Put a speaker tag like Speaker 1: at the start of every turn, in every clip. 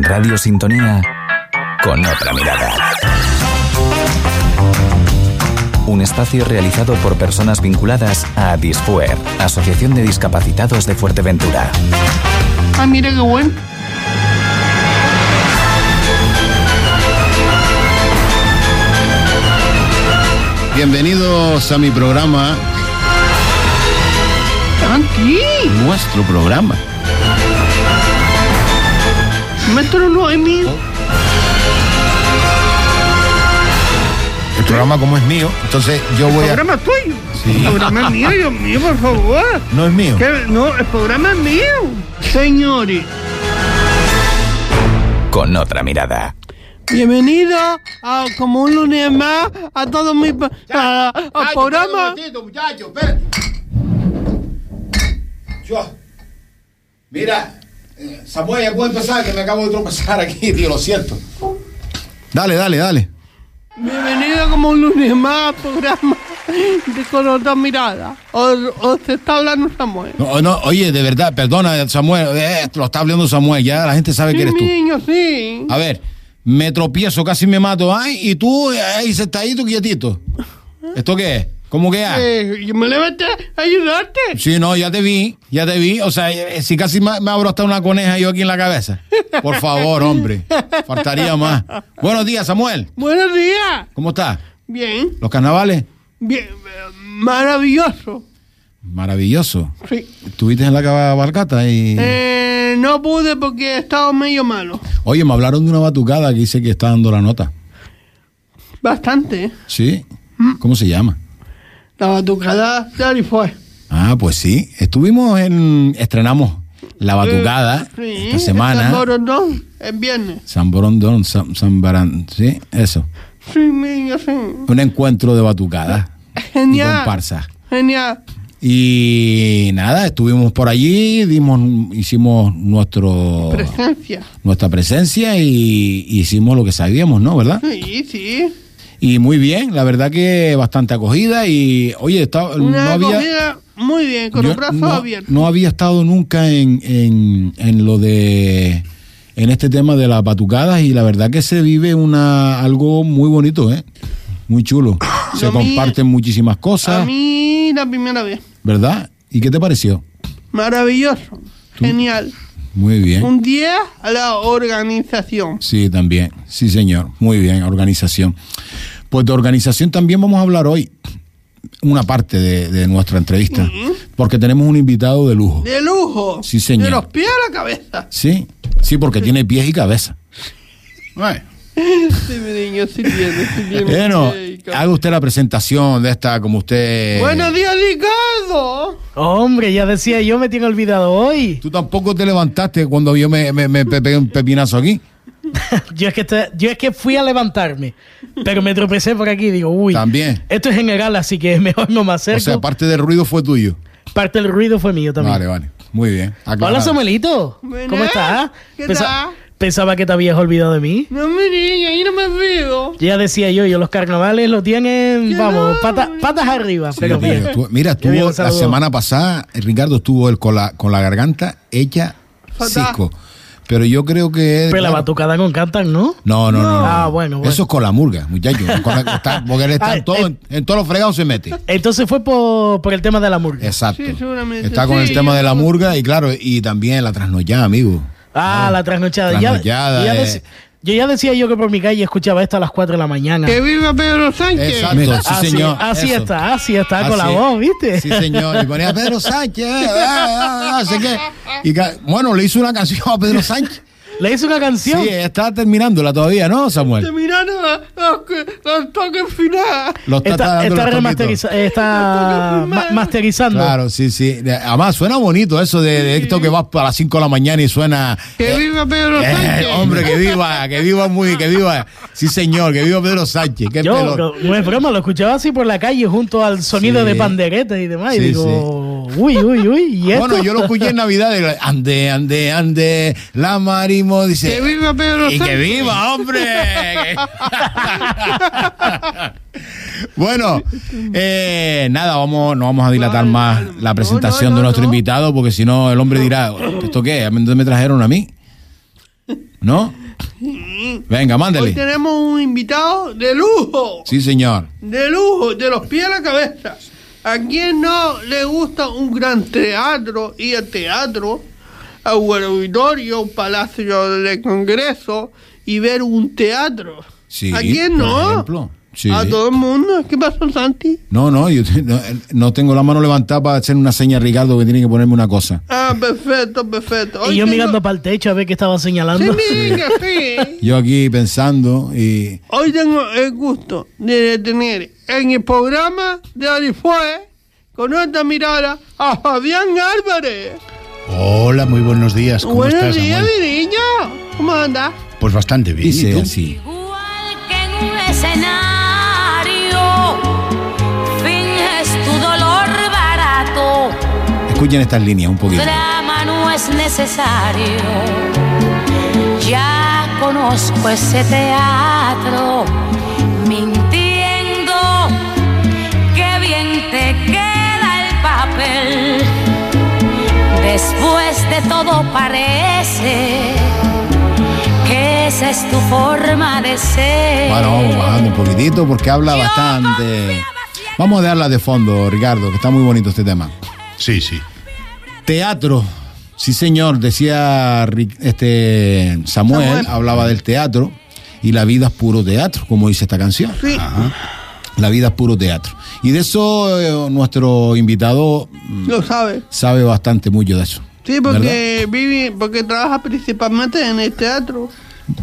Speaker 1: Radio Sintonía con otra mirada. Un espacio realizado por personas vinculadas a Disfuer, Asociación de Discapacitados de Fuerteventura.
Speaker 2: Ah, mira qué bueno.
Speaker 3: Bienvenidos a mi programa,
Speaker 2: Aquí.
Speaker 3: nuestro programa.
Speaker 2: Mételo en
Speaker 3: Oh,
Speaker 2: mí.
Speaker 3: El programa como es mío, entonces yo voy a...
Speaker 2: Programa tuyo.
Speaker 3: Sí.
Speaker 2: Programa es mío, Dios mío, por favor.
Speaker 3: No es mío.
Speaker 2: ¿Qué? No, el programa es mío. Señores,
Speaker 1: Con otra mirada.
Speaker 2: bienvenido a como un lunes más a todos mis pa- a- a programa.
Speaker 3: Muchachos, espera. Yo. Mira, eh, Samuel, ya puedo empezar, que me acabo de tropezar aquí, tío, lo siento. Dale, dale, dale.
Speaker 2: Bienvenido como un lunes más a programa de con otra mirada. Os, os está hablando Samuel.
Speaker 3: No, no, oye, de verdad, perdona, Samuel, eh, lo está hablando Samuel, ya la gente sabe que
Speaker 2: Sí,
Speaker 3: eres
Speaker 2: mi
Speaker 3: tú.
Speaker 2: niño, sí.
Speaker 3: A ver, me tropiezo, casi me mato, ay, y tú eh, ahí sentadito, quietito. ¿Esto qué es? ¿Cómo que hay?
Speaker 2: Eh, yo me levanté a ayudarte.
Speaker 3: Sí, no, ya te vi, ya te vi. O sea, eh, si casi me, me abro hasta una coneja yo aquí en la cabeza. Por favor, hombre. Faltaría más. Buenos días, Samuel.
Speaker 2: Buenos días.
Speaker 3: ¿Cómo estás?
Speaker 2: Bien,
Speaker 3: ¿Los carnavales?
Speaker 2: bien, eh, maravilloso.
Speaker 3: Maravilloso.
Speaker 2: Sí.
Speaker 3: Estuviste en la cabalgata y...
Speaker 2: Eh, no pude porque he estado medio malo.
Speaker 3: Oye, me hablaron de una batucada que dice que está dando la nota.
Speaker 2: Bastante. ¿eh?
Speaker 3: ¿Sí? ¿Cómo se llama?
Speaker 2: La batucada tal y fue.
Speaker 3: Ah, pues sí. Estuvimos en... Estrenamos la batucada
Speaker 2: Eh, Sí,
Speaker 3: Ah, esta semana.
Speaker 2: en Borondón, el viernes.
Speaker 3: San Borondón, San, San Barán. Sí, eso.
Speaker 2: Sí, niño, sí.
Speaker 3: Un encuentro de batucada. Y
Speaker 2: Genial.
Speaker 3: comparsa.
Speaker 2: Genial.
Speaker 3: Y nada, estuvimos por allí, dimos, hicimos nuestro
Speaker 2: Presencia.
Speaker 3: nuestra presencia y hicimos lo que sabíamos, ¿no? ¿Verdad?
Speaker 2: Sí, sí.
Speaker 3: Y muy bien, la verdad que bastante acogida y oye, estaba, no
Speaker 2: Una
Speaker 3: había
Speaker 2: comida muy bien, con
Speaker 3: yo
Speaker 2: los brazos
Speaker 3: no,
Speaker 2: abiertos.
Speaker 3: no había estado nunca en, en, en lo de en este tema de las batucadas y la verdad que se vive una algo muy bonito, ¿eh? Muy chulo. Se
Speaker 2: Yo a mí-
Speaker 3: comparten muchísimas
Speaker 2: A
Speaker 3: cosas,
Speaker 2: mí la primera vez.
Speaker 3: ¿verdad? ¿Y qué te pareció?
Speaker 2: Maravilloso. Genial.
Speaker 3: Muy bien.
Speaker 2: Un 10 a la organización.
Speaker 3: Sí, también. Sí, señor. Muy bien, organización. Pues de organización también vamos a hablar hoy, una parte de, de nuestra entrevista, porque tenemos un invitado de lujo.
Speaker 2: De lujo.
Speaker 3: Sí, señor.
Speaker 2: De los pies a la cabeza.
Speaker 3: Sí, sí, porque tiene pies y cabeza.
Speaker 2: Sí, mi niño, sí tiene, sí tiene.
Speaker 3: Bueno,
Speaker 2: Sí,
Speaker 3: haga usted la presentación de esta como usted...
Speaker 2: Buenos días, Ricardo.
Speaker 4: Hombre, ya decía yo, me tiene olvidado hoy.
Speaker 3: Tú tampoco te levantaste cuando yo me, me- me pe- pegué un pepinazo aquí.
Speaker 4: Yo es, que te- yo es que fui a levantarme, pero me tropecé por aquí y digo, uy.
Speaker 3: También.
Speaker 4: Esto es general, así que mejor no me acerco.
Speaker 3: O sea, parte del ruido fue tuyo.
Speaker 4: Parte del ruido fue mío también.
Speaker 3: Vale, vale. Muy bien.
Speaker 4: Hola,
Speaker 3: aclarado.
Speaker 4: Samuelito.
Speaker 2: Buenas.
Speaker 4: ¿Cómo estás?
Speaker 2: ¿Qué
Speaker 4: Pensa-
Speaker 2: tal?
Speaker 4: Pensaba que te habías olvidado de mí.
Speaker 2: No, mi niño, ahí no me veo.
Speaker 4: Ya decía yo, yo los carnavales los tienen,
Speaker 2: Ya
Speaker 4: vamos,
Speaker 2: no,
Speaker 4: pata-
Speaker 2: hombre.
Speaker 4: patas arriba.
Speaker 3: Sí,
Speaker 4: pero
Speaker 3: tío,
Speaker 4: bien.
Speaker 3: estuvo- mira,
Speaker 4: Qué bien,
Speaker 3: estuvo
Speaker 4: un
Speaker 3: la
Speaker 4: saludo.
Speaker 3: semana pasada, Ricardo estuvo él con la, con la garganta hecha
Speaker 2: Fatal.
Speaker 3: cisco. Pero yo creo que. él,
Speaker 4: Pero pues la
Speaker 3: claro,
Speaker 4: batucada con cantan, ¿no?
Speaker 3: No, no, no. no.
Speaker 4: Ah, bueno, bueno.
Speaker 3: Eso es con la murga, muchachos. Con la- está- porque él está
Speaker 4: Ah,
Speaker 3: en, todo- en, en todos los fregados se mete.
Speaker 4: Entonces fue por, por el tema de la murga.
Speaker 3: Exacto.
Speaker 2: Sí, seguramente.
Speaker 3: está con
Speaker 2: Sí,
Speaker 3: el tema
Speaker 2: yo-
Speaker 3: de la murga y, claro, y también la trasnochada, amigo.
Speaker 4: Ah, la trasnochada. Ya-
Speaker 3: Trasnochada,
Speaker 4: ya
Speaker 3: eh.
Speaker 4: deci- yo ya decía yo que por mi calle escuchaba esto a las 4 de la mañana.
Speaker 2: Que viva Pedro Sánchez.
Speaker 3: Exacto, sí,
Speaker 4: así,
Speaker 3: señor.
Speaker 4: así
Speaker 3: eso.
Speaker 4: está, así está
Speaker 3: Ah,
Speaker 4: con la
Speaker 3: sí.
Speaker 4: voz, ¿viste?
Speaker 3: Sí, señor. Y ponía Pedro Sánchez. eh, eh, eh, no sé qué. Y ca- bueno, le hizo una canción a Pedro Sánchez.
Speaker 4: Le hizo una
Speaker 3: Sí,
Speaker 4: canción.
Speaker 3: está terminándola todavía, ¿no, Samuel?
Speaker 2: Terminaron a- a- a- al toque final.
Speaker 3: Lo está,
Speaker 4: está
Speaker 3: dando
Speaker 4: está
Speaker 3: los toquitos.
Speaker 4: remasteriza- está ma- masterizando.
Speaker 3: Claro, sí, sí. Además, suena bonito eso de, de esto que vas a las 5 de la mañana y suena.
Speaker 2: Que viva Pedro
Speaker 3: eh,
Speaker 2: Sánchez.
Speaker 3: hombre, que viva, que viva muy, que viva. Sí, señor, que viva Pedro Sánchez. Qué
Speaker 4: Yo,
Speaker 3: pelota.
Speaker 4: no, no es broma, lo escuchaba así por la calle junto al sonido
Speaker 3: Sí.
Speaker 4: de panderetas y demás.
Speaker 3: Sí,
Speaker 4: y digo, uy, uy, uy. ¿y esto?
Speaker 3: Bueno, yo lo escuché en Navidad. de la- ande, ande, ande. La marimo dice.
Speaker 2: Que viva Pedro
Speaker 3: Y que
Speaker 2: Sánchez.
Speaker 3: viva, hombre. bueno, eh, nada, vamos, no vamos a dilatar
Speaker 2: Vale,
Speaker 3: más
Speaker 2: vale.
Speaker 3: la
Speaker 2: No,
Speaker 3: presentación
Speaker 2: no, no,
Speaker 3: de nuestro
Speaker 2: no.
Speaker 3: invitado, porque si no el hombre dirá, ¿esto qué? ¿A dónde me trajeron a mí? ¿No? Venga,
Speaker 2: Hoy
Speaker 3: mándele.
Speaker 2: tenemos un invitado de lujo.
Speaker 3: Sí, señor.
Speaker 2: de lujo, de los pies a la cabeza. ¿A quien no le gusta un gran teatro y el teatro? A un auditorio, un palacio de congreso y ver un teatro.
Speaker 3: Sí,
Speaker 2: ¿A quién
Speaker 3: por
Speaker 2: no?
Speaker 3: ejemplo. Sí.
Speaker 2: A todo el mundo. ¿Qué pasó, Santi?
Speaker 3: No, no, yo te- no, no tengo la mano levantada para hacer una seña a Ricardo que tiene que ponerme una cosa.
Speaker 2: Ah, perfecto, perfecto.
Speaker 4: y yo
Speaker 2: tengo-
Speaker 4: mirando para el techo a ver qué estaban
Speaker 2: Sí,
Speaker 4: señalando.
Speaker 2: mira, sí.
Speaker 3: Yo aquí pensando y
Speaker 2: Hoy tengo el gusto de tener en el programa de Arifue con esta mirada a Fabián Álvarez.
Speaker 5: Hola, muy buenos
Speaker 3: Pues,
Speaker 5: días. ¿Cómo
Speaker 2: Buenos
Speaker 5: estás,
Speaker 2: días,
Speaker 5: Samuel?
Speaker 2: mi niño. ¿Cómo andas?
Speaker 5: Pues bastante bien. ¿y
Speaker 3: dice
Speaker 5: tú?
Speaker 3: así.
Speaker 6: Igual que en un escenario, finges tu dolor barato,
Speaker 3: Escuchen estas líneas un poquito.
Speaker 6: drama no es necesario. Ya conozco ese teatro, mintiendo, que bien te queda el papel. Después de todo parece que esa es tu forma de ser.
Speaker 3: Bueno, vamos bajando un poquitito porque habla bastante. Vamos a dejarla de fondo, Ricardo, que está muy bonito este tema.
Speaker 5: Sí, sí.
Speaker 3: Teatro. Sí, señor, decía Ri- este Samuel,
Speaker 2: Samuel.
Speaker 3: hablaba del teatro y la vida es puro teatro, como dice esta canción.
Speaker 2: Sí.
Speaker 3: La vida es puro teatro. Y de eso eh, nuestro invitado mm,
Speaker 2: Lo sabes.
Speaker 3: sabe bastante mucho de eso.
Speaker 2: Sí,
Speaker 3: ¿verdad?
Speaker 2: porque vive, porque trabaja principalmente en el teatro.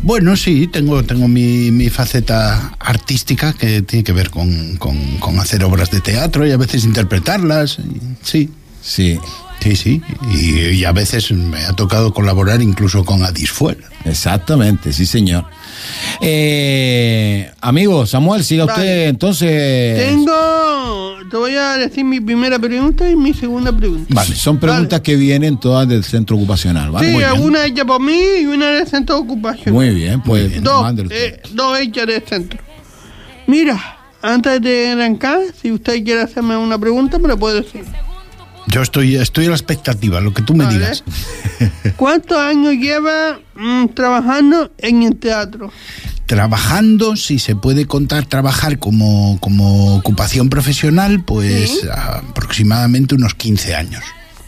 Speaker 5: Bueno, sí, tengo, tengo mi, mi faceta artística que tiene que ver con, con- con hacer obras de teatro y a veces interpretarlas. Sí,
Speaker 3: Sí,
Speaker 5: sí, sí. Y, y a veces me ha tocado colaborar incluso con Adisfuel.
Speaker 3: exactamente, sí, señor. Eh, amigo, Samuel, siga
Speaker 2: Vale.
Speaker 3: usted entonces.
Speaker 2: Tengo. Te voy a decir mi primera pregunta y mi segunda pregunta.
Speaker 3: Vale, son preguntas que vienen todas del centro ocupacional, ¿vale?
Speaker 2: Sí,
Speaker 3: Muy bien.
Speaker 2: una hecha por mí y una de centro de ocupación.
Speaker 3: Muy bien, pues
Speaker 2: Dos,
Speaker 3: mándelo usted.
Speaker 2: eh, dos hechas de centro. Mira, antes de arrancar, si usted quiere hacerme una pregunta, me la puede decir.
Speaker 5: Yo estoy, estoy a la expectativa, lo que tú me
Speaker 2: Vale.
Speaker 5: digas.
Speaker 2: ¿Cuántos años lleva mm, trabajando en el teatro?
Speaker 5: Trabajando, si se puede contar trabajar como, como ocupación profesional, pues aproximadamente unos 15 años.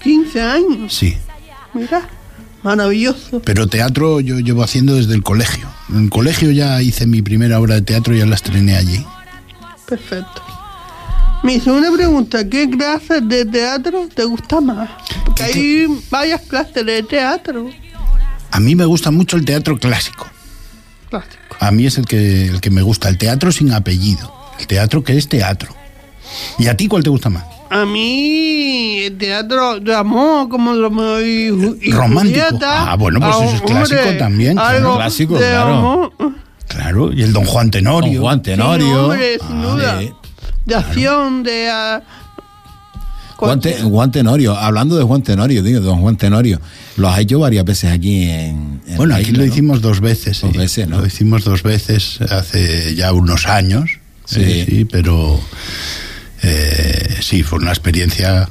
Speaker 2: 15 años.
Speaker 5: Sí.
Speaker 2: Mira, maravilloso.
Speaker 5: Pero teatro yo llevo haciendo desde el colegio. En el colegio ya hice mi primera obra de teatro y ya la estrené allí.
Speaker 2: Perfecto. Mi segunda pregunta, ¿qué clase de teatro te gusta más? Porque hay varias clases de teatro
Speaker 5: A mí me gusta mucho el teatro clásico.
Speaker 2: clásico.
Speaker 5: A mí es el que, el que me gusta, el teatro sin apellido. El teatro que es teatro. ¿Y a ti cuál te gusta más?
Speaker 2: A mí el teatro de amor, como Romeo y, Ju- y
Speaker 5: Eh, Romántico.
Speaker 2: Julieta.
Speaker 5: Ah, bueno, pues eso es clásico también, claro.
Speaker 2: algo
Speaker 3: Clásico,
Speaker 2: de
Speaker 3: claro.
Speaker 2: amor.
Speaker 5: Claro, y el Don Juan Tenorio.
Speaker 3: Don Juan
Speaker 2: Sí,
Speaker 3: Tenorio.
Speaker 2: hombre, sin
Speaker 3: Ah,
Speaker 2: duda.
Speaker 3: sí.
Speaker 2: De acción, de... ah,
Speaker 3: Juan, Te-
Speaker 2: cualquier-
Speaker 3: Juan Tenorio, hablando de Juan Tenorio, digo, don Juan Tenorio, lo has hecho varias veces aquí en. en
Speaker 5: Bueno,
Speaker 3: la
Speaker 5: aquí
Speaker 3: isla,
Speaker 5: lo
Speaker 3: ¿no?
Speaker 5: hicimos dos veces.
Speaker 3: Dos
Speaker 5: sí.
Speaker 3: veces, ¿no?
Speaker 5: Lo hicimos dos veces hace ya unos años.
Speaker 3: Sí.
Speaker 5: eh, sí, pero eh, sí, fue una experiencia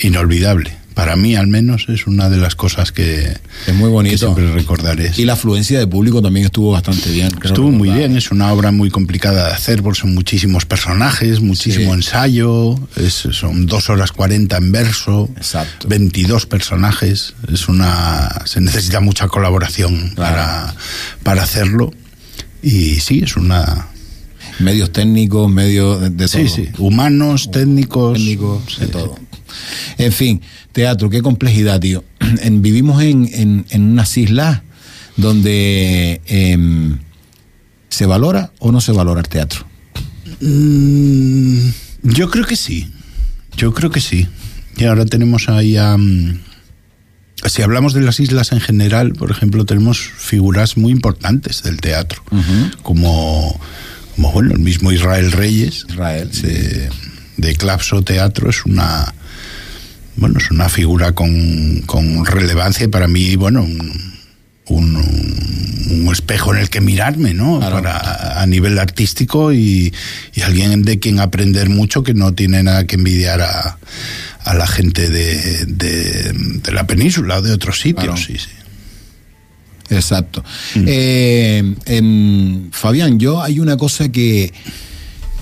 Speaker 5: inolvidable. Para mí, al menos, es una de las cosas que,
Speaker 3: Es muy
Speaker 5: que
Speaker 3: bonito.
Speaker 5: siempre recordaré.
Speaker 3: Y la afluencia de público también estuvo bastante bien. creo
Speaker 5: Estuvo muy
Speaker 3: recordar.
Speaker 5: bien, es una obra muy complicada de hacer porque son muchísimos personajes, muchísimo
Speaker 3: Sí.
Speaker 5: ensayo, es- son dos horas 40 en verso,
Speaker 3: Exacto.
Speaker 5: 22 personajes, es una se necesita mucha colaboración
Speaker 3: Claro.
Speaker 5: para, para hacerlo y sí, es una...
Speaker 3: Medios técnicos, medios de, de
Speaker 5: Sí,
Speaker 3: todo.
Speaker 5: sí, humanos, técnicos,
Speaker 3: Técnicos,
Speaker 5: sí.
Speaker 3: de todo. En fin, teatro, qué complejidad, tío. En- vivimos en, en- en unas islas donde em, se valora o no se valora el teatro.
Speaker 5: Mm, yo creo que sí. Yo creo que sí. Y ahora tenemos ahí a. mm, si hablamos de las islas en general, por ejemplo, tenemos figuras muy importantes del teatro. Como. Como bueno, el mismo Israel Reyes.
Speaker 3: Israel, sí.
Speaker 5: De, de Clapso Teatro es una. Bueno, es una figura con, con relevancia y para mí, bueno, un, un- un espejo en el que mirarme, ¿no?
Speaker 3: Claro.
Speaker 5: Para, a nivel artístico y, y alguien de quien aprender mucho que no tiene nada que envidiar a, a la gente de, de- de la península o de otros sitios.
Speaker 3: Claro.
Speaker 5: Sí, sí.
Speaker 3: Exacto. Eh, em, Fabián, yo hay una cosa que,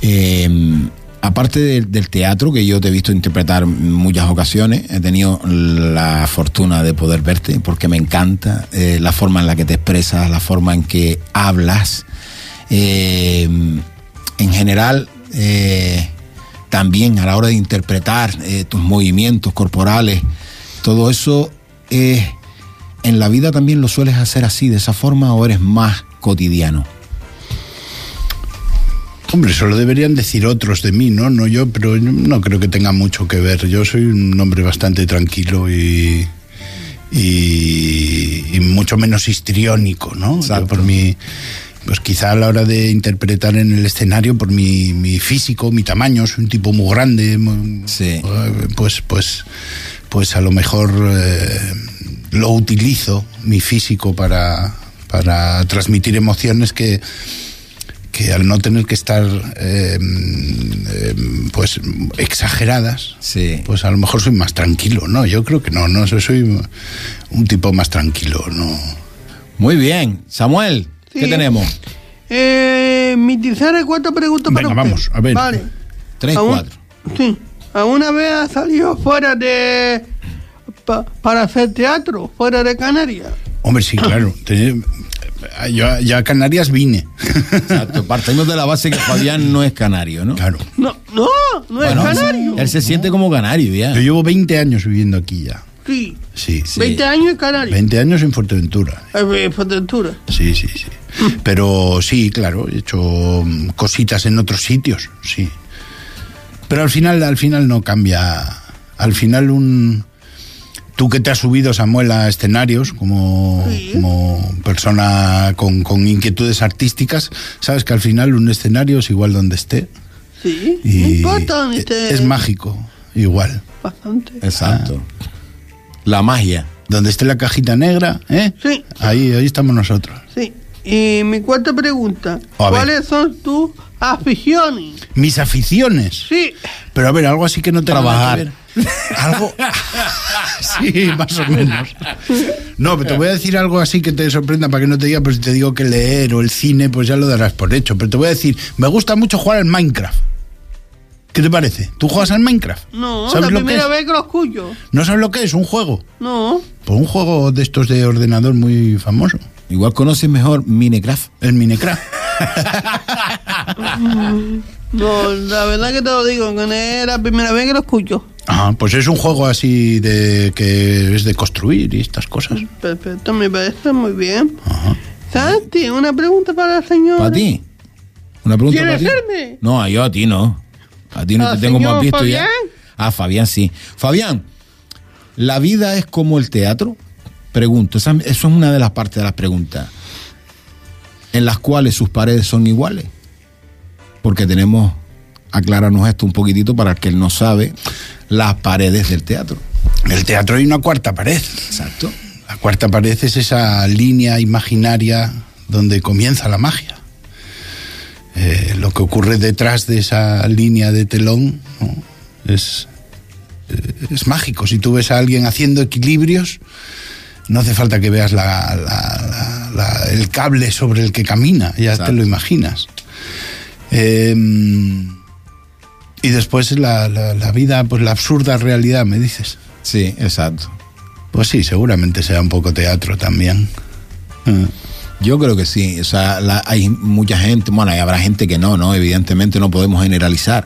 Speaker 3: eh, aparte del- del teatro, que yo te he visto interpretar en muchas ocasiones, he tenido la fortuna de poder verte, porque me encanta eh, la forma en la que te expresas, la forma en que hablas. Eh, en general, eh, también a la hora de interpretar eh, tus movimientos corporales, todo eso es... ¿En la vida también lo sueles hacer así, de esa forma, o eres más cotidiano?
Speaker 5: Hombre, eso lo deberían decir otros de mí, ¿no? No yo, pero yo no creo que tenga mucho que ver. Yo soy un hombre bastante tranquilo y. y, y mucho menos histriónico, ¿no? Yo
Speaker 3: Exacto.
Speaker 5: por mi. Pues quizá a la hora de interpretar en el escenario, por mi, mi físico, mi tamaño, soy un tipo muy grande, muy-
Speaker 3: Sí.
Speaker 5: eh, pues, pues, pues a lo mejor eh, lo utilizo, mi físico, para, para transmitir emociones que, que al no tener que estar eh, eh, pues exageradas
Speaker 3: Sí.
Speaker 5: pues a lo mejor soy más tranquilo no yo creo que no no soy, soy un tipo más tranquilo no
Speaker 3: Muy bien. Samuel, ¿qué
Speaker 2: Sí.
Speaker 3: tenemos?
Speaker 2: Eh, mi tercera y cuarta pregunta para
Speaker 5: Venga,
Speaker 2: usted.
Speaker 5: vamos, a ver.
Speaker 2: Vale.
Speaker 3: Tres,
Speaker 2: Aún-
Speaker 3: cuatro.
Speaker 2: Sí. ¿Alguna vez ha salido fuera de... pa- para hacer teatro, fuera de Canarias?
Speaker 5: hombre sí claro Tener- yo, yo a Canarias vine
Speaker 3: Exacto. Partimos de la base que Fabián no es canario, ¿no?
Speaker 5: claro
Speaker 2: No, no, no
Speaker 3: Bueno,
Speaker 2: es canario.
Speaker 3: Él se siente como canario ya.
Speaker 5: yo llevo 20 años viviendo aquí ya
Speaker 2: Sí.
Speaker 5: sí,
Speaker 3: Sí.
Speaker 2: 20 años es canario.
Speaker 5: 20 años en Fuerteventura
Speaker 2: Eh, Fuerteventura.
Speaker 5: sí sí sí pero sí claro he hecho mm, cositas en otros sitios sí pero al final al final no cambia al final un tú que te has subido Samuel a escenarios como,
Speaker 2: Sí.
Speaker 5: como persona con, con inquietudes artísticas sabes que al final un escenario es igual donde esté
Speaker 2: Sí.
Speaker 5: y
Speaker 2: no importa dónde
Speaker 5: e-
Speaker 2: esté.
Speaker 5: es mágico igual
Speaker 2: Bastante.
Speaker 3: Exacto.
Speaker 2: Ah.
Speaker 3: La magia.
Speaker 5: donde esté la cajita negra ¿eh?
Speaker 2: Sí.
Speaker 5: ahí ahí estamos nosotros
Speaker 2: Sí. Y mi cuarta pregunta.
Speaker 5: A ver.
Speaker 2: ¿Cuáles son tus aficiones?
Speaker 5: mis aficiones
Speaker 2: Sí.
Speaker 5: Pero a ver, algo así que no te
Speaker 3: Trabajar.
Speaker 5: Algo. sí, más o menos. No, pero te voy a decir algo así que te sorprenda para que no te diga, pero si te digo que leer o el cine, pues ya lo darás por hecho. Pero te voy a decir, me gusta mucho jugar al Minecraft. ¿Qué te parece? ¿Tú juegas al Minecraft?
Speaker 2: No,
Speaker 5: ¿Sabes
Speaker 2: la
Speaker 5: lo que
Speaker 2: primera
Speaker 5: es?
Speaker 2: vez que lo escucho.
Speaker 5: ¿No sabes lo que es? Un juego.
Speaker 2: No.
Speaker 5: Pues un juego de estos de ordenador muy famoso.
Speaker 3: Igual conoces mejor Minecraft.
Speaker 5: El Minecraft.
Speaker 2: No, la verdad que te lo digo, que no es la primera vez que lo escucho.
Speaker 5: Ah, pues es un juego así de que es de construir y estas cosas.
Speaker 2: Perfecto, me parece muy bien.
Speaker 5: Ajá.
Speaker 2: Santi, una pregunta para la señora.
Speaker 3: ¿Para ti? ¿Una pregunta
Speaker 2: ¿Quieres
Speaker 3: para ti?
Speaker 2: hacerme?
Speaker 3: No, ah, yo a ti no. A ti no
Speaker 2: ¿Al
Speaker 3: te tengo
Speaker 2: señor
Speaker 3: más visto ya.
Speaker 2: Fabián?
Speaker 3: Ah, Fabián sí. Fabián, ¿la vida es como el teatro? Pregunto. Esa- Eso es una de las partes de las preguntas. En las cuales sus paredes son iguales. Porque tenemos, aclararnos esto un poquitito para el que no sabe, las paredes del teatro.
Speaker 5: En el teatro hay una cuarta pared.
Speaker 3: Exacto.
Speaker 5: La cuarta pared es esa línea imaginaria donde comienza la magia. Eh, lo que ocurre detrás de esa línea de telón ¿no? es, eh, es mágico. Si tú ves a alguien haciendo equilibrios, no hace falta que veas la- la- la- la- el cable sobre el que camina, ya
Speaker 3: Exacto.
Speaker 5: te lo imaginas. Eh, y después la, la- la vida, pues la absurda realidad, me dices.
Speaker 3: Sí, exacto.
Speaker 5: Pues sí, seguramente sea un poco teatro también. Eh,
Speaker 3: Yo creo que sí. O sea, la- hay mucha gente, bueno, y habrá gente que no, ¿no? Evidentemente no podemos generalizar.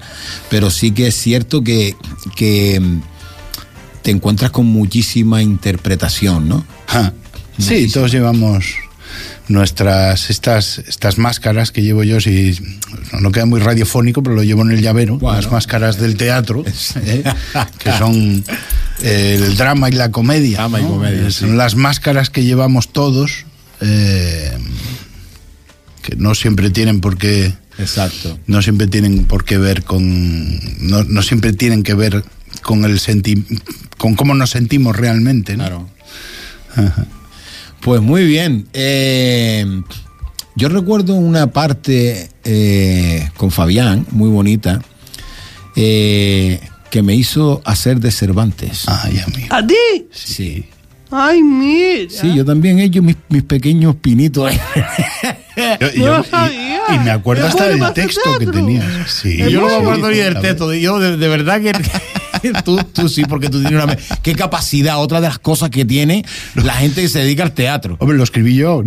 Speaker 3: Pero sí que es cierto que, que mm, te encuentras con muchísima interpretación, ¿no?
Speaker 5: ja. Sí, todos llevamos nuestras estas estas máscaras que llevo yo si no queda muy radiofónico pero lo llevo en el llavero
Speaker 3: Bueno.
Speaker 5: las máscaras del teatro ¿eh? que son eh, el drama y la comedia
Speaker 3: Drama y
Speaker 5: ¿no?
Speaker 3: comedia,
Speaker 5: Eh,
Speaker 3: sí.
Speaker 5: son las máscaras que llevamos todos eh, que no siempre tienen por qué
Speaker 3: Exacto.
Speaker 5: no siempre tienen por qué ver con no, no siempre tienen que ver con el senti con cómo nos sentimos realmente ¿no?
Speaker 3: Claro. Pues muy bien. Eh, yo recuerdo una parte eh, con Fabián, muy bonita, eh, que me hizo hacer de Cervantes.
Speaker 5: ay amigo
Speaker 2: ¿A ti?
Speaker 3: Sí.
Speaker 2: Ay, mira.
Speaker 3: Sí, yo también he hecho mis, mis pequeños pinitos.
Speaker 5: Yo- y
Speaker 2: Eh, No
Speaker 5: yo-
Speaker 2: lo sabía.
Speaker 5: y- y me acuerdo
Speaker 2: Es
Speaker 5: hasta
Speaker 2: bueno
Speaker 5: del
Speaker 2: para hacer
Speaker 5: texto que
Speaker 2: teatro.
Speaker 5: tenías. Sí,
Speaker 2: Es
Speaker 3: yo no me
Speaker 5: sí,
Speaker 3: acuerdo ni del
Speaker 5: totalmente.
Speaker 3: teto. Yo, de, de verdad que. Tú, tú sí, porque tú tienes una. me- Qué capacidad. Otra de las cosas que tiene la gente que se dedica al teatro.
Speaker 5: Hombre, lo escribí yo.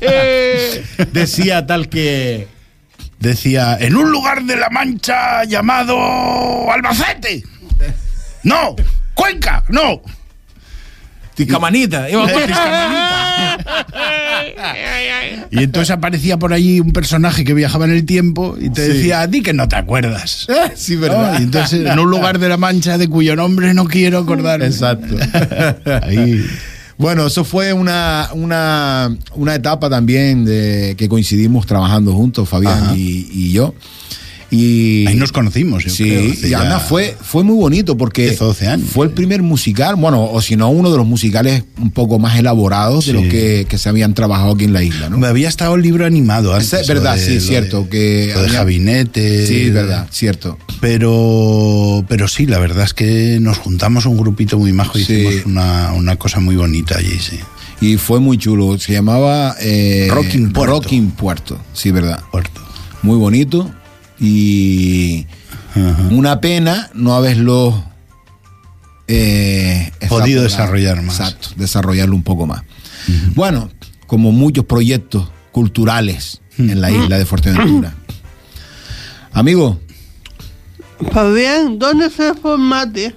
Speaker 2: Eh,
Speaker 3: Decía tal que.
Speaker 5: Decía, en un lugar de La Mancha llamado Albacete. No, Cuenca, no.
Speaker 3: Ticamanita. Iba con Ticamanita.
Speaker 5: Y entonces aparecía por allí un personaje que viajaba en el tiempo y te decía, di que no te acuerdas.
Speaker 3: Sí,
Speaker 5: ¿No? Y entonces, en un lugar de La Mancha de cuyo nombre no quiero acordarme.
Speaker 3: Exacto.
Speaker 5: Ahí.
Speaker 3: Bueno, eso fue una, una, una etapa también de, que coincidimos trabajando juntos, Fabián
Speaker 5: Ajá.
Speaker 3: y, y yo. Y,
Speaker 5: Ahí nos conocimos, yo
Speaker 3: sí,
Speaker 5: creo, hace
Speaker 3: y
Speaker 5: ya-
Speaker 3: además fue, fue muy bonito porque
Speaker 5: 10 o 12 años.
Speaker 3: fue el primer musical, bueno, o si no, uno de los musicales un poco más elaborados
Speaker 5: Sí.
Speaker 3: de los que, que se habían trabajado aquí en la isla, ¿no?
Speaker 5: Me había estado el libro animado antes.
Speaker 3: Ese es verdad,
Speaker 5: lo
Speaker 3: sí,
Speaker 5: lo
Speaker 3: cierto,
Speaker 5: de-
Speaker 3: que
Speaker 5: lo de
Speaker 3: había-
Speaker 5: Jabinete.
Speaker 3: Sí, verdad, cierto.
Speaker 5: Pero, pero sí, la verdad es que nos juntamos un grupito muy majo y
Speaker 3: Sí.
Speaker 5: hicimos una, una cosa muy bonita allí, sí.
Speaker 3: Y fue muy chulo. Se llamaba eh,
Speaker 5: Rocking Puerto.
Speaker 3: Rocking Puerto, sí, verdad.
Speaker 5: Puerto.
Speaker 3: Muy bonito. Y
Speaker 5: Ajá.
Speaker 3: Una pena no haberlo eh, extrapolado.
Speaker 5: Podido desarrollar más.
Speaker 3: Exacto, desarrollarlo un poco más. Bueno, como muchos proyectos culturales en la isla de Fuerteventura. Amigo,
Speaker 2: Fabián, ¿dónde se formate?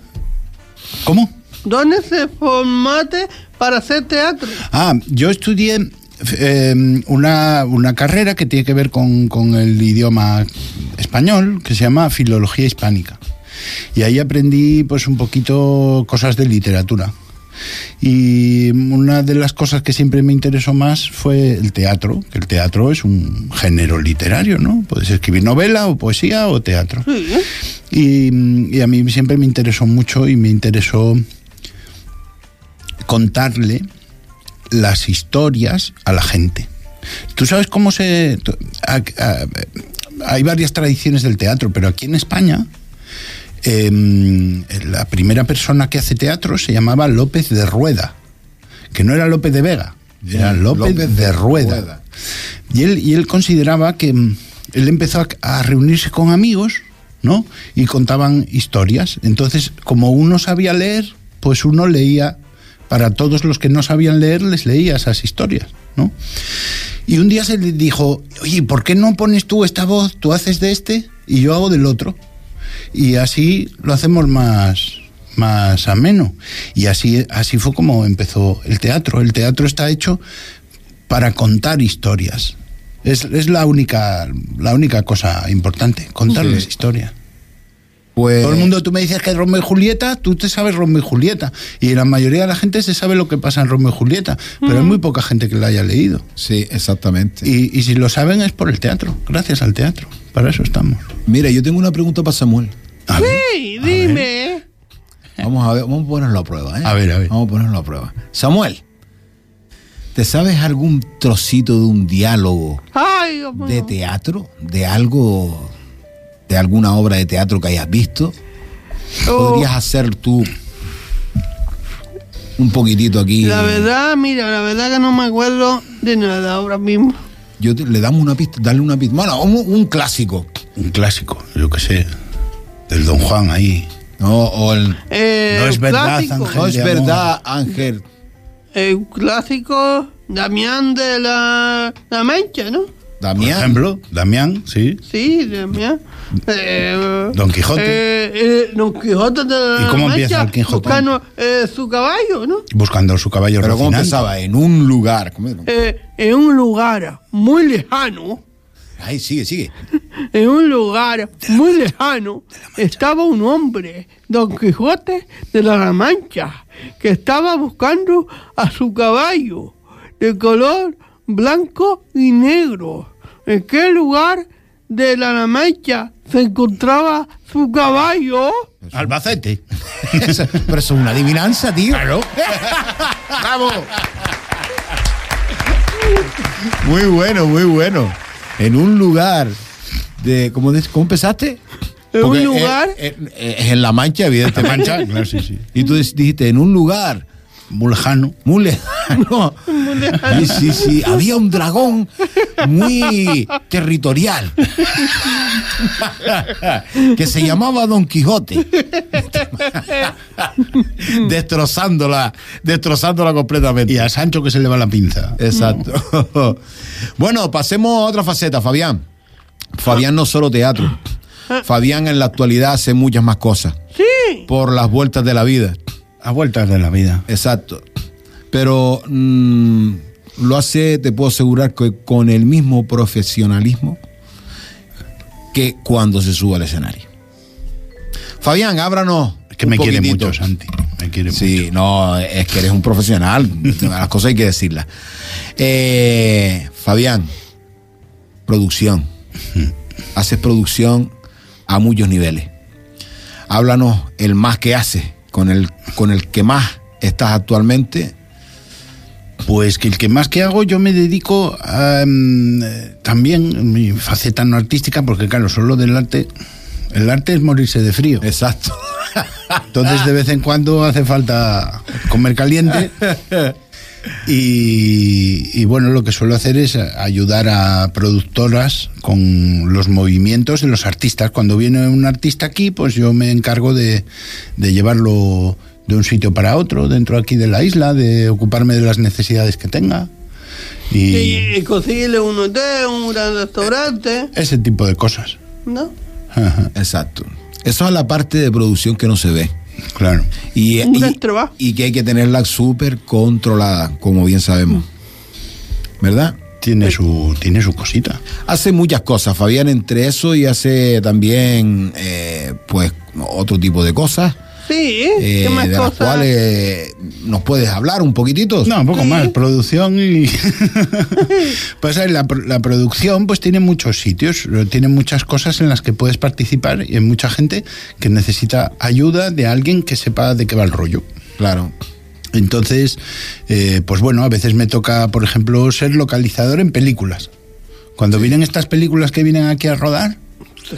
Speaker 5: ¿Cómo?
Speaker 2: ¿Dónde se formate para hacer teatro?
Speaker 5: Ah, yo estudié eh, una, una carrera que tiene que ver con, con el idioma español, que se llama Filología Hispánica. Y ahí aprendí pues un poquito cosas de literatura. Y una de las cosas que siempre me interesó más fue el teatro, que el teatro es un género literario, ¿no? Puedes escribir novela o poesía o teatro.
Speaker 2: Sí.
Speaker 5: Y, mm, y a mí siempre me interesó mucho y me interesó contarle las historias a la gente. ¿Tú sabes cómo se...? tú- a- a- hay varias tradiciones del teatro, pero aquí en España em, la primera persona que hace teatro se llamaba López de Rueda, que no era López de Vega, era
Speaker 3: eh,
Speaker 5: López, de Rueda. Y él, y él consideraba que mm, él empezó a, a reunirse con amigos, ¿no? Y contaban historias. Entonces, como uno sabía leer, pues uno leía, para todos los que no sabían leer, les leía esas historias, ¿no? Y un día se le dijo, oye, ¿por qué no pones tú esta voz? Tú haces de este y yo hago del otro. Y así lo hacemos más, más ameno. Y así, así fue como empezó el teatro. El teatro está hecho para contar historias. Es, es la, única, la única cosa importante, contarles
Speaker 3: Sí.
Speaker 5: historias.
Speaker 3: pues
Speaker 5: Todo el mundo, tú me dices que es Romeo y Julieta, tú te sabes Romeo y Julieta. Y la mayoría de la gente se sabe lo que pasa en Romeo y Julieta, pero hay muy poca gente que la haya leído.
Speaker 3: sí, exactamente.
Speaker 5: Y, y si lo saben es por el teatro, gracias al teatro. Para eso estamos.
Speaker 3: Mira, yo tengo una pregunta para Samuel.
Speaker 5: A ver,
Speaker 2: Sí, dime.
Speaker 3: Vamos a ver, vamos a ponerlo a prueba, ¿eh?
Speaker 5: A ver, a ver.
Speaker 3: Vamos a ponerlo a prueba. Samuel, ¿te sabes algún trocito de un diálogo
Speaker 2: Ay, Dios mío.
Speaker 3: de teatro, de algo, de alguna obra de teatro que hayas visto,
Speaker 2: Oh,
Speaker 3: podrías hacer tú un poquitito aquí.
Speaker 2: La verdad, mira, la verdad que no me acuerdo de nada ahora mismo.
Speaker 3: Yo te- le damos una pista, dale una pista. Bueno, un, un clásico.
Speaker 5: un clásico, yo que sé, del Don Juan ahí.
Speaker 3: No, o el.
Speaker 2: Eh,
Speaker 5: No es
Speaker 2: un
Speaker 5: verdad,
Speaker 2: clásico,
Speaker 5: Ángel.
Speaker 3: No es
Speaker 5: de amor.
Speaker 3: verdad, Ángel.
Speaker 2: Eh, un clásico Damián de la, la Mancha, ¿no?
Speaker 5: Por
Speaker 3: Damián.
Speaker 5: ejemplo, Damián, sí.
Speaker 2: Sí, Damián. Eh,
Speaker 5: Don Quijote.
Speaker 2: eh, eh, Don Quijote de la
Speaker 5: ¿Y cómo
Speaker 2: Mancha
Speaker 5: empieza el Quijote?
Speaker 2: buscando, eh, su caballo, ¿no?
Speaker 5: Buscando su caballo
Speaker 3: Pero ¿cómo
Speaker 5: refinante.
Speaker 3: pensaba? En un lugar. ¿Cómo era?
Speaker 2: Eh, en un lugar muy lejano,
Speaker 3: Ay, sigue, sigue.
Speaker 2: en un lugar muy lejano, estaba un hombre, Don Quijote de la Mancha, que estaba buscando a su caballo de color blanco y negro. ¿En qué lugar de la Mancha se encontraba su caballo?
Speaker 5: Albacete.
Speaker 3: Eso- Pero eso es una adivinanza, tío. Claro. ¡Bravo! Muy bueno, muy bueno. En un lugar de. ¿Cómo, de- cómo empezaste?
Speaker 2: En
Speaker 3: Porque eh,
Speaker 2: un
Speaker 3: es-
Speaker 2: lugar.
Speaker 3: Es, es en La Mancha, evidentemente.
Speaker 5: Mancha, claro, sí, sí.
Speaker 3: Y tú des- dijiste, en un lugar
Speaker 5: Muy lejano.
Speaker 3: muy lejano. Sí, sí, sí. Había un dragón muy territorial. que se llamaba Don Quijote. destrozándola, destrozándola completamente.
Speaker 5: Y a Sancho que se le va la pinza.
Speaker 3: Eh. Exacto. bueno, pasemos a otra faceta, Fabián. Fabián no solo teatro. Fabián en la actualidad hace muchas más cosas.
Speaker 2: Sí.
Speaker 3: Por las vueltas de la vida.
Speaker 5: A vueltas de la vida.
Speaker 3: Exacto. Pero mm, lo hace, te puedo asegurar, que con el mismo profesionalismo que cuando se sube al escenario. Fabián, ábranos.
Speaker 5: Es que
Speaker 3: un
Speaker 5: me quiere
Speaker 3: poquitito.
Speaker 5: mucho, Santi. Me quiere
Speaker 3: Sí, no, es que eres un profesional. Las cosas hay que decirlas. Eh, Fabián, producción. Haces producción a muchos niveles. Háblanos el más que haces, con el, con el que más estás actualmente.
Speaker 5: Pues que el que más que hago yo me dedico a, mm, eh, también mi faceta no artística, porque claro, solo del arte. El arte es morirse de frío.
Speaker 3: Exacto.
Speaker 5: Entonces de vez en cuando hace falta comer caliente. Y, y, bueno, lo que suelo hacer es ayudar a productoras con los movimientos de los artistas. Cuando viene un artista aquí, pues yo me encargo de, de llevarlo de un sitio para otro, dentro aquí de la isla, de ocuparme de las necesidades que tenga. Y
Speaker 2: Y, y conseguirle un hotel, un gran restaurante,
Speaker 5: ese tipo de cosas.
Speaker 2: ¿no?
Speaker 5: Ajá,
Speaker 3: Exacto. Eso es la parte de producción que no se ve.
Speaker 5: claro.
Speaker 3: Y,
Speaker 2: Un
Speaker 3: y-
Speaker 2: gran trabajo.
Speaker 3: y que hay que tenerla súper controlada, como bien sabemos. ¿Verdad?
Speaker 5: Tiene su, tiene su cosita.
Speaker 3: Hace muchas cosas, Fabián, entre eso y hace también, eh, pues, otro tipo de cosas,
Speaker 2: Sí, ¿eh?
Speaker 3: eh,
Speaker 2: ¿qué más
Speaker 3: de las
Speaker 2: cosas?
Speaker 3: cuales eh, nos puedes hablar un poquitito.
Speaker 5: No, un poco más, producción y... pues eh, la, pro- la producción pues tiene muchos sitios, eh, tiene muchas cosas en las que puedes participar y hay mucha gente que necesita ayuda de alguien que sepa de qué va el rollo.
Speaker 3: Claro.
Speaker 5: Entonces, eh, pues bueno, a veces me toca, por ejemplo, ser localizador en películas. Cuando vienen estas películas que vienen aquí a rodar,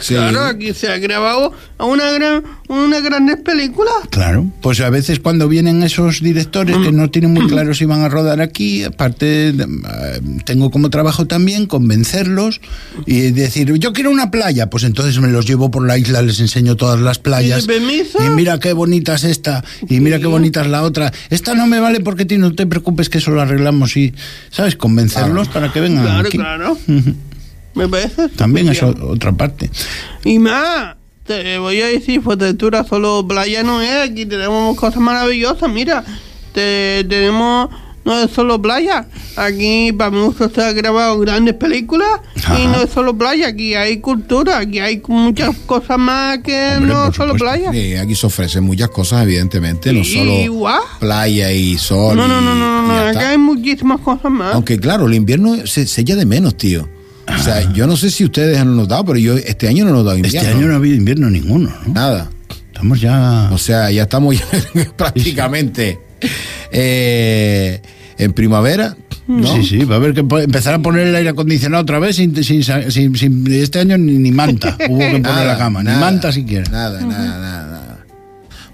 Speaker 3: Sí.
Speaker 2: Claro, aquí se ha grabado a una gran, una grandes películas.
Speaker 5: Claro, pues a veces cuando vienen esos directores que
Speaker 2: Mm.
Speaker 5: no tienen muy claro si van a rodar aquí, aparte de- eh, tengo como trabajo también convencerlos y decir, yo quiero una playa, pues entonces me los llevo por la isla, les enseño todas las playas.
Speaker 2: ¿Tiene permiso?
Speaker 5: Y mira qué bonita es esta, y mira qué bonita es la otra. Esta no me vale porque ti no te preocupes que eso lo arreglamos y, ¿sabes? Convencerlos para que
Speaker 3: Ah,
Speaker 5: vengan
Speaker 2: Claro,
Speaker 5: aquí.
Speaker 2: claro. Me parece.
Speaker 5: También es
Speaker 2: estupendo.
Speaker 5: o- otra parte. Este
Speaker 2: Y más, te voy a decir, Fuerteventura solo playa no es, aquí tenemos cosas maravillosas, mira, te- tenemos, no es solo playa, aquí para mi gusto se han grabado grandes películas y
Speaker 5: Ajá.
Speaker 2: no es solo playa, aquí hay cultura, aquí hay muchas cosas más que
Speaker 5: Hombre,
Speaker 2: no
Speaker 5: por
Speaker 2: solo playa.
Speaker 5: supuesto.
Speaker 3: Sí, aquí se ofrecen muchas cosas, evidentemente, no
Speaker 2: Y
Speaker 3: solo
Speaker 2: guau.
Speaker 3: playa y sol.
Speaker 2: No, no,
Speaker 3: y-
Speaker 2: no, no, no,
Speaker 3: y
Speaker 2: no,
Speaker 3: ya está.
Speaker 2: acá hay muchísimas cosas más.
Speaker 3: Aunque claro, el invierno se, se echa de menos, tío. O sea, yo no sé si ustedes han notado, pero yo este año no he notado
Speaker 5: Ah. Este
Speaker 3: invierno.
Speaker 5: año no ha habido invierno ninguno, ¿no?
Speaker 3: Nada.
Speaker 5: Estamos ya...
Speaker 3: O sea, ya estamos ya prácticamente eh, en primavera. ¿no?
Speaker 5: Sí, sí, va a haber que po- empezar a poner el aire acondicionado otra vez sin, sin- sin- sin- este año ni, ni manta. Hubo que poner la cama, ni manta siquiera.
Speaker 3: Nada, nada, nada, nada.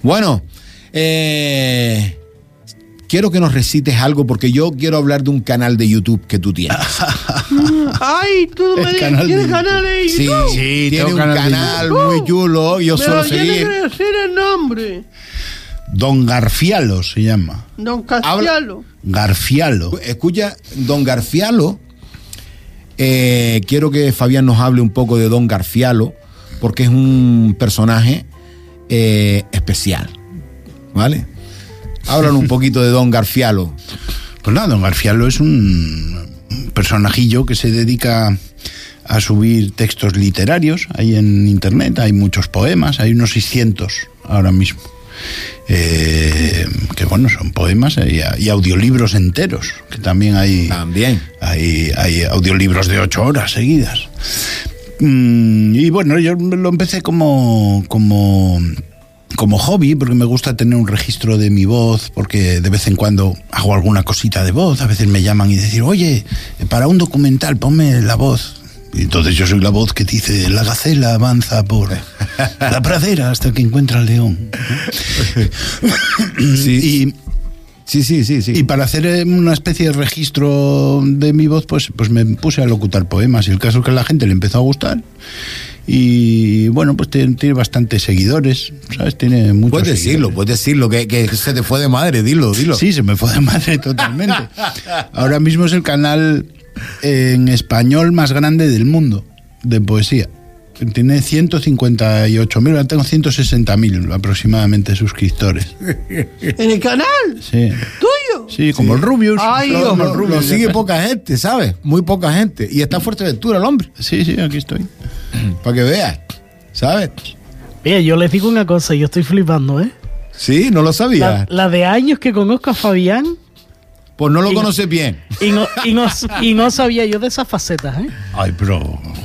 Speaker 3: Bueno, eh, quiero que nos recites algo porque yo quiero hablar de un canal de YouTube que tú tienes.
Speaker 2: Ay, tú
Speaker 5: El
Speaker 2: me
Speaker 5: canal de
Speaker 2: dices, ¿tienes
Speaker 5: YouTube.
Speaker 2: canales? de
Speaker 3: Sí,
Speaker 2: YouTube?
Speaker 5: Sí,
Speaker 3: tiene
Speaker 5: tengo
Speaker 3: un
Speaker 5: canal de Uh.
Speaker 3: canal muy chulo, yo
Speaker 2: Pero
Speaker 3: suelo
Speaker 2: yo
Speaker 3: seguir.
Speaker 2: no quiero decir el nombre,
Speaker 5: Don Garfialo se llama.
Speaker 2: don
Speaker 3: Habla-
Speaker 2: Castialo.
Speaker 5: Garfialo.
Speaker 3: Escucha, don Garfialo, eh, quiero que Fabián nos hable un poco de don Garfialo, porque es un personaje eh, especial, ¿vale? Háblanos un poquito de don Garfialo.
Speaker 5: Pues nada, Don Garfialo es un personajillo que se dedica a subir textos literarios ahí en internet. Hay muchos poemas, hay unos 600 ahora mismo. Eh, que bueno, son poemas eh, y, y audiolibros enteros, que también hay.
Speaker 3: También.
Speaker 5: Hay, hay audiolibros de ocho horas seguidas. Mm, y bueno, yo lo empecé como, como, como hobby, porque me gusta tener un registro de mi voz, porque de vez en cuando hago alguna cosita de voz, a veces me llaman y decir, oye, para un documental, ponme la voz. Y entonces yo soy la voz que dice, la gacela avanza por la pradera hasta que encuentra al león.
Speaker 3: Sí.
Speaker 5: Y-
Speaker 3: Sí, sí, sí, sí.
Speaker 5: Y para hacer eh, una especie de registro de mi voz, pues, pues me puse a locutar poemas. Y el caso es que a la gente le empezó a gustar. Y bueno, pues tiene, tiene bastantes seguidores, ¿sabes? Tiene muchos
Speaker 3: puedes decirlo,
Speaker 5: seguidores.
Speaker 3: puedes decirlo, que, que se te fue de madre, dilo, dilo.
Speaker 5: Sí, se me fue de madre totalmente. Ahora mismo es el canal eh, en español más grande del mundo de poesía. Tiene 158.000, ahora tengo 160.000 aproximadamente suscriptores.
Speaker 2: En el canal
Speaker 5: Sí,
Speaker 2: tuyo.
Speaker 5: sí como el Rubius.
Speaker 2: Ay,
Speaker 5: todos
Speaker 3: Lo,
Speaker 5: como el
Speaker 3: lo-
Speaker 5: Rubius,
Speaker 3: lo
Speaker 5: ya
Speaker 3: sigue
Speaker 5: sabes.
Speaker 3: poca gente, ¿sabes? Muy poca gente. Y está en Fuerteventura el hombre,
Speaker 5: Sí, sí, aquí estoy.
Speaker 3: para que veas, ¿sabes?
Speaker 4: Mira, yo les digo una cosa, yo estoy flipando, ¿eh?
Speaker 3: Sí, no lo
Speaker 4: La,
Speaker 3: sabía.
Speaker 4: la de años que conozco a Fabián
Speaker 3: Pues no lo
Speaker 4: y-
Speaker 3: conoces bien.
Speaker 4: y no, y no- y no sabía yo de esas facetas, ¿eh?
Speaker 5: Ay, pero,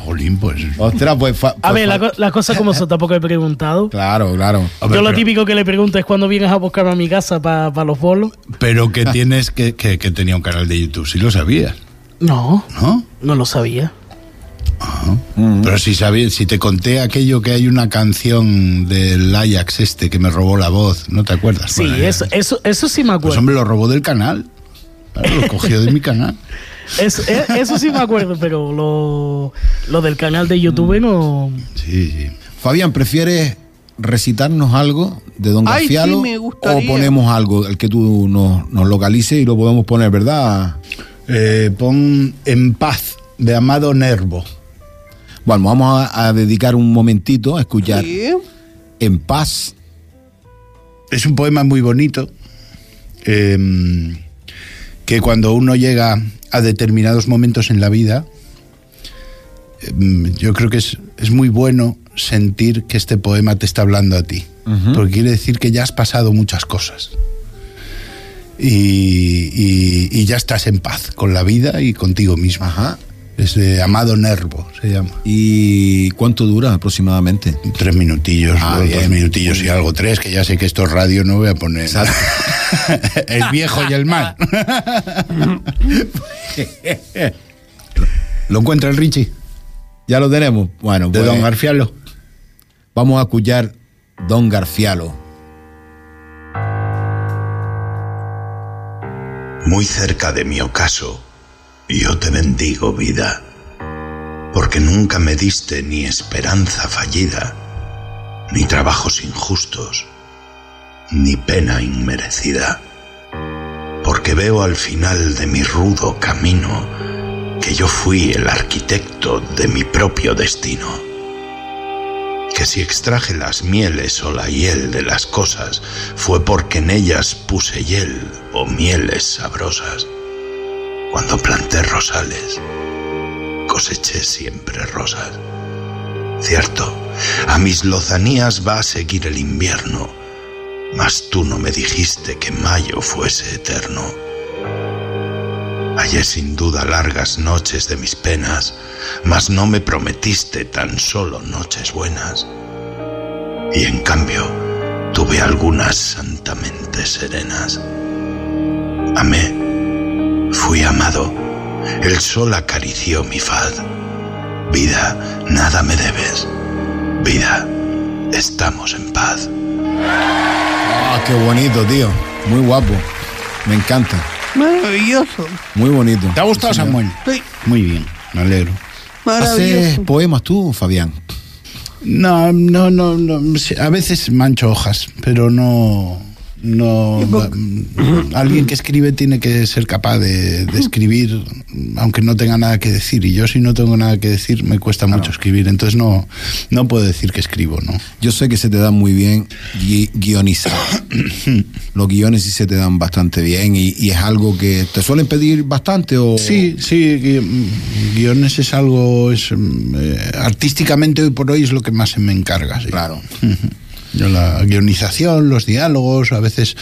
Speaker 5: jolín, pues.
Speaker 3: Ostras, pues. fa-
Speaker 4: A
Speaker 3: pues
Speaker 4: ver,
Speaker 3: fa-
Speaker 4: las la cosas como son, tampoco he preguntado.
Speaker 3: Claro, claro.
Speaker 5: A ver,
Speaker 4: yo lo
Speaker 5: pero-
Speaker 4: típico que le pregunto es cuando vienes a buscarme a mi casa para los bolos.
Speaker 5: Pero que tienes que, que, que tenía un canal de YouTube, sí lo sabías,
Speaker 4: No,
Speaker 5: ¿no?
Speaker 4: no lo sabía.
Speaker 5: Pero si sabías, si te conté aquello que hay una canción del Ajax este que me robó la voz, ¿no te acuerdas?
Speaker 4: Sí,
Speaker 5: Bueno, ya-
Speaker 4: eso, eso, eso sí me
Speaker 5: Pues
Speaker 4: acuerdo.
Speaker 5: hombre, lo robó del canal. Claro, lo cogió de mi canal.
Speaker 4: Es- e- eso sí me acuerdo, pero lo, lo del canal de YouTube no.
Speaker 5: Sí, sí.
Speaker 3: Fabián, ¿prefieres recitarnos algo de Don
Speaker 2: Ay, sí,
Speaker 3: Garfialo
Speaker 2: me
Speaker 3: o
Speaker 2: gustaría.
Speaker 3: ponemos algo, el que tú nos, nos localices y lo podemos poner, ¿verdad?
Speaker 5: Eh, pon En paz, de Amado Nervo.
Speaker 3: Bueno, vamos a, a dedicar un momentito a escuchar
Speaker 2: Sí.
Speaker 3: En Paz.
Speaker 5: Es un poema muy bonito eh, que cuando uno llega a determinados momentos en la vida, eh, yo creo que es, es muy bueno sentir que este poema te está hablando a ti, porque quiere decir que ya has pasado muchas cosas y, y- y ya estás en paz con la vida y contigo misma. Es de Amado Nervo, se llama.
Speaker 3: ¿Y cuánto dura aproximadamente?
Speaker 5: Tres minutillos,
Speaker 3: Ah,
Speaker 5: o dos
Speaker 3: bien.
Speaker 5: minutillos y algo, tres, que ya sé que esto es radio, no voy a poner. el viejo y el mal. ¿Lo encuentra el Richie?
Speaker 3: Ya lo tenemos. Bueno,
Speaker 5: De
Speaker 3: pues,
Speaker 5: Don Garfialo.
Speaker 3: vamos a escuchar Don Garfialo.
Speaker 7: muy cerca de mi ocaso, yo te bendigo vida, porque nunca me diste ni esperanza fallida, ni trabajos injustos, ni pena inmerecida, porque veo al final de mi rudo camino que yo fui el arquitecto de mi propio destino, que si extraje las mieles o la hiel de las cosas, fue porque en ellas puse hiel o mieles sabrosas. Cuando planté rosales, coseché siempre rosas. Cierto, a mis lozanías va a seguir el invierno, mas tú no me dijiste que mayo fuese eterno. Hallé sin duda largas noches de mis penas, mas no me prometiste tan solo noches buenas y en cambio tuve algunas santamente serenas. Amé, fui amado, el sol acarició mi faz. Vida, nada me debes. Vida, estamos en paz.
Speaker 3: Ah, qué bonito, tío. Muy guapo. Me encanta.
Speaker 2: Maravilloso.
Speaker 3: Muy bonito.
Speaker 5: ¿Te ha gustado,
Speaker 3: Sí, señor.
Speaker 5: Samuel?
Speaker 2: Sí,
Speaker 5: Muy bien, me alegro.
Speaker 3: ¿Haces
Speaker 2: maravilloso.
Speaker 3: poemas tú, Fabián?
Speaker 5: No, no, no, no, sí, A veces mancho hojas, pero no. No. mm, Alguien que escribe tiene que ser capaz de, de escribir, aunque no tenga nada que decir. Y yo, si no tengo nada que decir, me cuesta mucho escribir. Entonces, no, no puedo decir que escribo, ¿no?
Speaker 3: Yo sé que se te dan muy bien gui- guionizar. Los guiones sí se te dan bastante bien y, y es algo que te suelen pedir bastante o...
Speaker 5: Sí, sí, gui- guiones es algo. Es, mm, eh, artísticamente, hoy por hoy, es lo que más se me encarga. sí.
Speaker 3: Claro.
Speaker 5: Yo La guionización, los diálogos, a veces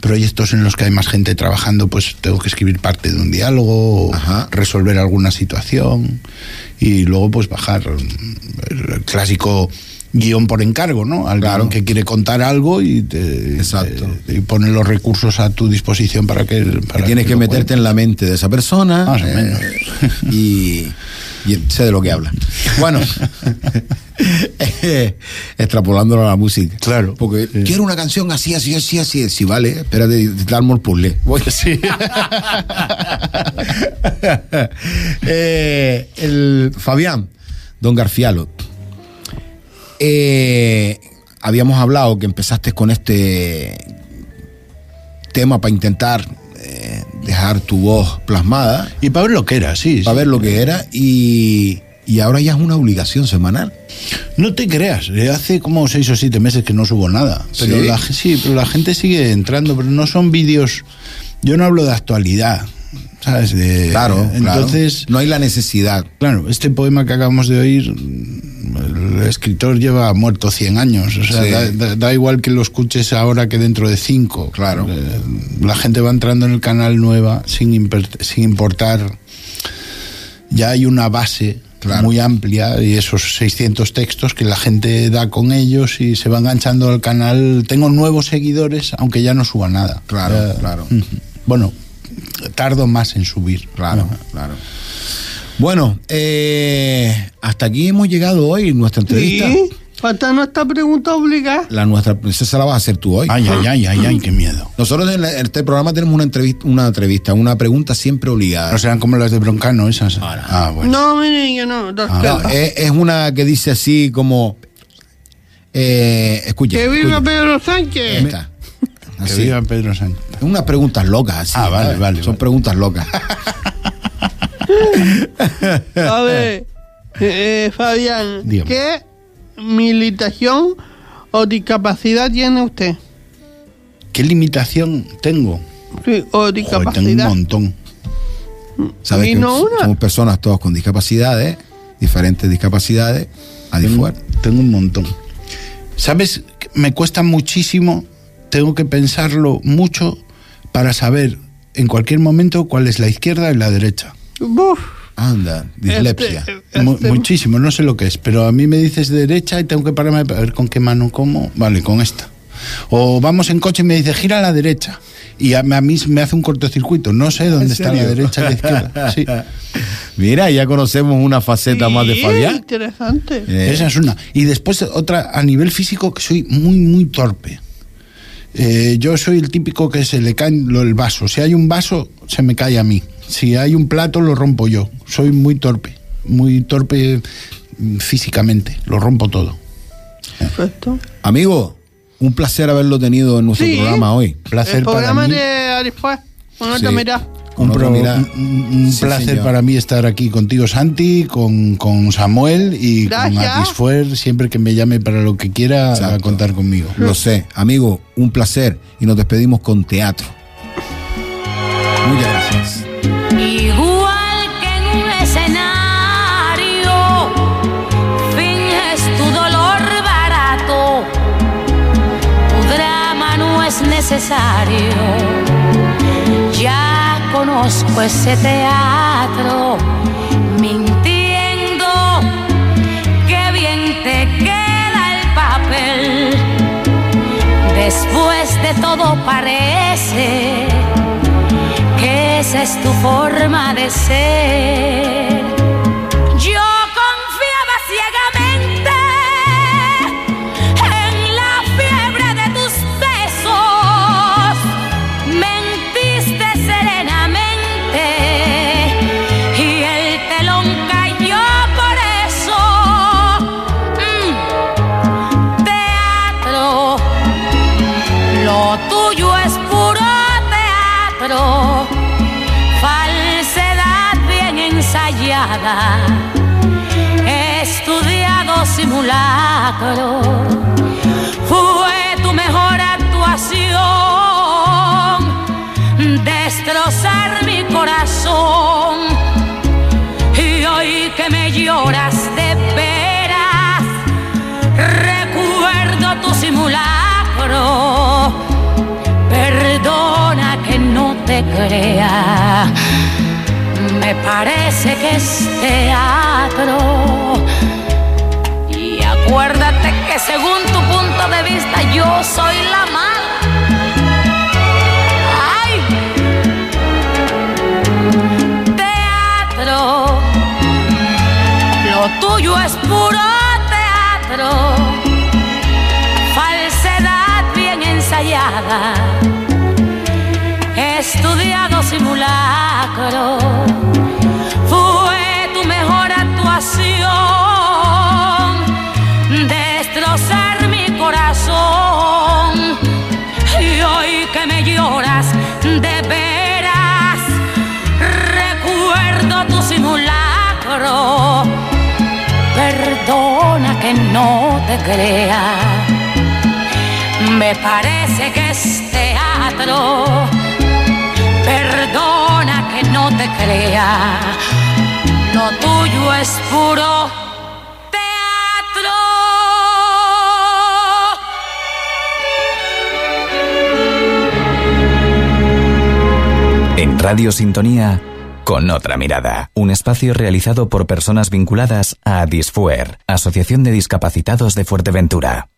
Speaker 5: proyectos en los que hay más gente trabajando, pues tengo que escribir parte de un diálogo, o
Speaker 3: Ajá.
Speaker 5: resolver alguna situación y luego pues bajar el mm, clásico guión por encargo, ¿no? Alguien
Speaker 3: Claro.
Speaker 5: que quiere contar algo y te,
Speaker 3: Exacto.
Speaker 5: te- y pone los recursos a tu disposición para que... Para
Speaker 3: Que tienes que
Speaker 5: lo
Speaker 3: meterte en eh, la mente de esa persona
Speaker 5: Más o menos.
Speaker 3: y, y sé de lo que habla. Bueno, eh, extrapolándolo a la música.
Speaker 5: Claro.
Speaker 3: Porque
Speaker 5: Sí.
Speaker 3: quiero una canción así, así, así, así. Sí, vale, espérate, te armo el puzzle. Voy.
Speaker 5: Sí.
Speaker 3: Eh, el Fabián, don Garfialo, eh, habíamos hablado que empezaste con este tema para intentar eh, dejar tu voz plasmada,
Speaker 5: Y para ver lo que era, sí.
Speaker 3: para
Speaker 5: sí.
Speaker 3: ver lo que era, y, y ahora ya es una obligación semanal.
Speaker 5: No te creas, eh, hace como seis o siete meses que no subo nada. Pero
Speaker 3: Sí.
Speaker 5: la, ge- sí, pero la gente sigue entrando, pero no son vídeos. Yo no hablo de actualidad, ¿sabes? De- eh,
Speaker 3: Claro,
Speaker 5: Entonces,
Speaker 3: claro. no hay la necesidad.
Speaker 5: Claro, este poema que acabamos de oír, el escritor lleva muerto 100 años. O sea,
Speaker 3: Sí.
Speaker 5: da, da- da igual que lo escuches ahora que dentro de 5.
Speaker 3: Claro.
Speaker 5: la gente va entrando en el canal nueva sin, imper- sin importar. Ya hay una base
Speaker 3: Claro.
Speaker 5: muy amplia y esos 600 textos que la gente da con ellos y se va enganchando al canal. Tengo nuevos seguidores, aunque ya no suba nada.
Speaker 3: Claro,
Speaker 5: Ya-
Speaker 3: claro.
Speaker 5: Bueno, tardo más en subir.
Speaker 3: Claro,
Speaker 5: Ajá.
Speaker 3: claro. Bueno, eh, hasta aquí hemos llegado hoy nuestra entrevista.
Speaker 2: Sí, falta nuestra pregunta obligada.
Speaker 3: La nuestra princesa la vas a hacer tú hoy.
Speaker 5: Ay, ay, ay, ay, ay, qué miedo.
Speaker 3: Nosotros en la- en este programa tenemos una entrevista, una entrevista, una pregunta siempre obligada.
Speaker 5: No serán como las de Broncano esas.
Speaker 3: Ahora.
Speaker 5: Ah, bueno.
Speaker 2: No, mi niño, no. no,
Speaker 5: Ah,
Speaker 2: espera.
Speaker 3: No, es, es una que dice así como eh, escucha.
Speaker 2: que
Speaker 3: escucha.
Speaker 2: viva Pedro
Speaker 3: Ahí
Speaker 2: Sánchez.
Speaker 3: está.
Speaker 5: Que
Speaker 3: Así.
Speaker 5: viva Pedro Sánchez.
Speaker 3: Unas preguntas locas. así,
Speaker 5: Ah, vale,
Speaker 3: ¿sabes?
Speaker 5: vale,
Speaker 3: Son
Speaker 5: vale.
Speaker 3: preguntas locas.
Speaker 2: A ver, eh, Fabián,
Speaker 5: Dígame.
Speaker 2: ¿qué militación o discapacidad tiene usted?
Speaker 5: ¿Qué limitación tengo?
Speaker 2: Sí, o
Speaker 5: Joder, tengo un
Speaker 2: discapacidad.
Speaker 5: montón.
Speaker 3: Sabes
Speaker 2: Y
Speaker 3: que
Speaker 2: no una.
Speaker 3: somos personas todos con discapacidades, diferentes discapacidades, a
Speaker 5: Tengo,
Speaker 3: difuer.
Speaker 5: tengo un montón. ¿Sabes? Me cuesta muchísimo. Tengo que pensarlo mucho para saber en cualquier momento cuál es la izquierda y la derecha.
Speaker 2: Buf,
Speaker 3: Anda, dislepsia.
Speaker 2: este-
Speaker 5: Mu-
Speaker 2: este-
Speaker 5: muchísimo, no sé lo que es, pero a mí me dices derecha y tengo que pararme a ver con qué mano como. Vale, con esta. O vamos en coche y me dice gira a la derecha. Y a, a mí me hace un cortocircuito. No sé dónde está la
Speaker 3: serio?
Speaker 5: derecha y la izquierda. Sí.
Speaker 3: Mira, ya conocemos una faceta más de
Speaker 2: Sí,
Speaker 3: Fabián.
Speaker 2: Interesante.
Speaker 3: Eh,
Speaker 5: Esa es una. Y después otra, a nivel físico, que soy muy, muy torpe. Eh, yo soy el típico que se le cae lo- el vaso. Si hay un vaso, se me cae a mí. Si hay un plato, lo rompo yo. Soy muy torpe. Muy torpe mm, físicamente. Lo rompo todo.
Speaker 2: Perfecto.
Speaker 3: Amigo, un placer haberlo tenido en nuestro
Speaker 2: Sí.
Speaker 3: programa hoy.
Speaker 5: Placer
Speaker 2: El
Speaker 5: para
Speaker 2: programa
Speaker 5: mí.
Speaker 2: de Arifua, con otra
Speaker 3: Sí.
Speaker 2: mirada.
Speaker 3: Con
Speaker 5: Un,
Speaker 3: otra
Speaker 5: pro-
Speaker 3: mirada.
Speaker 5: un- un- un
Speaker 3: Sí,
Speaker 5: placer
Speaker 3: señor.
Speaker 5: para mí estar aquí contigo, Santi, con, con Samuel y con
Speaker 2: Gracias.
Speaker 5: Atisfuer. Siempre que me llame para lo que quiera, va a
Speaker 3: Exacto.
Speaker 5: contar conmigo.
Speaker 3: Lo sé, amigo, un placer y nos despedimos con teatro. Muchas gracias.
Speaker 6: Igual que en un escenario, finges tu dolor barato, tu drama no es necesario. Ya conozco ese teatro, mintiendo, que bien te queda el papel. Después de todo parece que esa es tu forma de ser. Yo confiaba ciegamente en la fiebre de tus besos. Mentiste serenamente y el telón cayó por eso. Mm, Teatro. Lo tuyo es puro teatro, falsedad bien ensayada, estudiado simulacro. Fue tu mejor actuación, destrozar mi corazón. Y hoy que me lloras de veras, recuerdo tu simulacro. Perdona que no te crea, me parece que es teatro. Y acuérdate que que según tu punto de vista yo soy la mala. ¡Ay! Teatro, lo tuyo es puro teatro, falsedad bien ensayada, estudiado simulacro, fue tu mejor actuación, destrozar mi corazón y hoy que me lloras de veras, recuerdo tu simulacro. Perdona que no te crea, me parece que es teatro. Perdona que no te crea, lo tuyo es puro teatro.
Speaker 1: En Radio Sintonía, con otra mirada. Un espacio realizado por personas vinculadas a Disfuer, Asociación de Discapacitados de Fuerteventura.